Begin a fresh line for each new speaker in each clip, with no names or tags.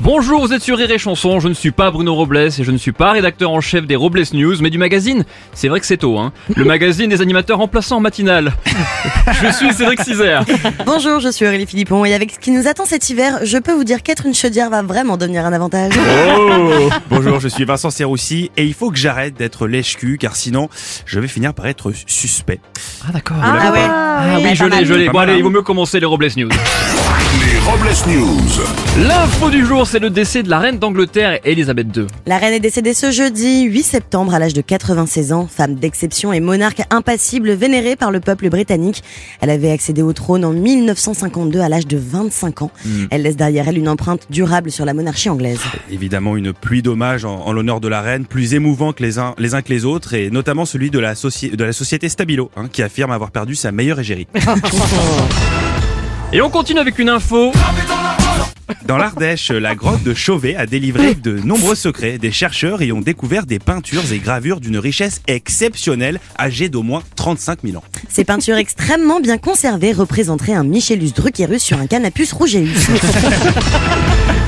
Bonjour, vous êtes sur Rire et Chanson, je ne suis pas Bruno Robles et je ne suis pas rédacteur en chef des Robles News, mais du magazine, c'est vrai que c'est tôt, hein. le magazine des animateurs remplaçants matinal. je suis Cédric Cizer.
Bonjour, je suis Aurélie Philippon et avec ce qui nous attend cet hiver, je peux vous dire qu'être une chaudière va vraiment devenir un avantage.
Oh Bonjour, je suis Vincent Serroussi et il faut que j'arrête d'être lèche-cul car sinon je vais finir par être suspect.
Ah d'accord.
Ah ouais.
Ah oui, je l'ai, je l'ai. Bon allez, il vaut mieux commencer les Robles News.
Les Robles News.
L'info du jour, c'est le décès de la reine d'Angleterre, Elisabeth II.
La reine est décédée ce jeudi 8 septembre à l'âge de 96 ans, femme d'exception et monarque impassible vénérée par le peuple britannique. Elle avait accédé au trône en 1952 à l'âge de 25 ans.
Hmm.
Elle laisse derrière elle une empreinte durable sur la monarchie anglaise.
Évidemment une pluie d'hommages en, en l'honneur de la reine, plus émouvant que les uns, les uns que les autres et notamment celui de la, soci- de la société Stabilo hein, qui affirme avoir perdu sa meilleure égérie.
Et on continue avec une info.
Dans l'Ardèche, la grotte de Chauvet a délivré de nombreux secrets. Des chercheurs y ont découvert des peintures et gravures d'une richesse exceptionnelle âgées d'au moins 35 000 ans.
Ces peintures extrêmement bien conservées représenteraient un Michélus Druckerus sur un canapus rougeus.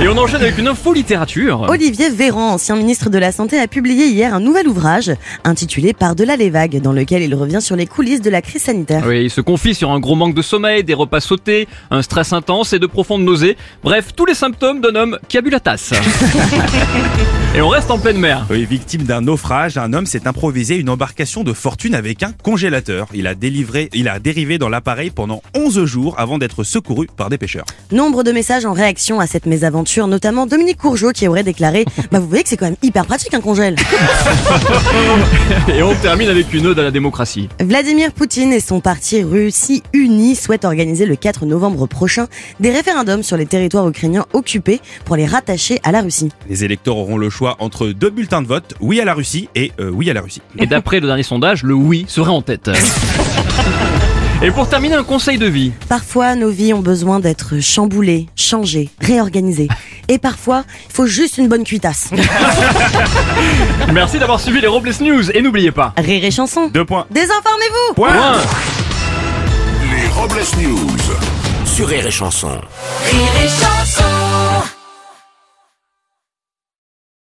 Et on enchaîne avec une info littérature.
Olivier Véran, ancien ministre de la Santé, a publié hier un nouvel ouvrage intitulé Par-delà les vagues, dans lequel il revient sur les coulisses de la crise sanitaire.
Oui, il se confie sur un gros manque de sommeil, des repas sautés, un stress intense et de profondes nausées. Bref, tous les symptômes d'un homme qui a bu la tasse. et on reste en pleine mer.
Oui, victime d'un naufrage, un homme s'est improvisé une embarcation de fortune avec un congélateur. Il a, délivré, il a dérivé dans l'appareil pendant 11 jours avant d'être secouru par des pêcheurs.
Nombre de messages en réaction à cette mésaventure, notamment Dominique Courgeot qui aurait déclaré Bah vous voyez que c'est quand même hyper pratique un congèle.
Et on termine avec une ode à la démocratie.
Vladimir Poutine et son parti Russie Unie souhaitent organiser le 4 novembre prochain des référendums sur les territoires ukrainiens occupés pour les rattacher à la Russie.
Les électeurs auront le choix entre deux bulletins de vote, oui à la Russie et euh, oui à la Russie.
Et d'après le dernier sondage, le oui serait en tête. Et pour terminer, un conseil de vie.
Parfois, nos vies ont besoin d'être chamboulées, changées, réorganisées. Et parfois, il faut juste une bonne cuitasse.
Merci d'avoir suivi les Robles News et n'oubliez pas.
Rire et chanson.
Deux points.
Désinformez-vous
Point.
Point.
Les Robles News.
Sur Rire et Chanson.
Rire et chanson.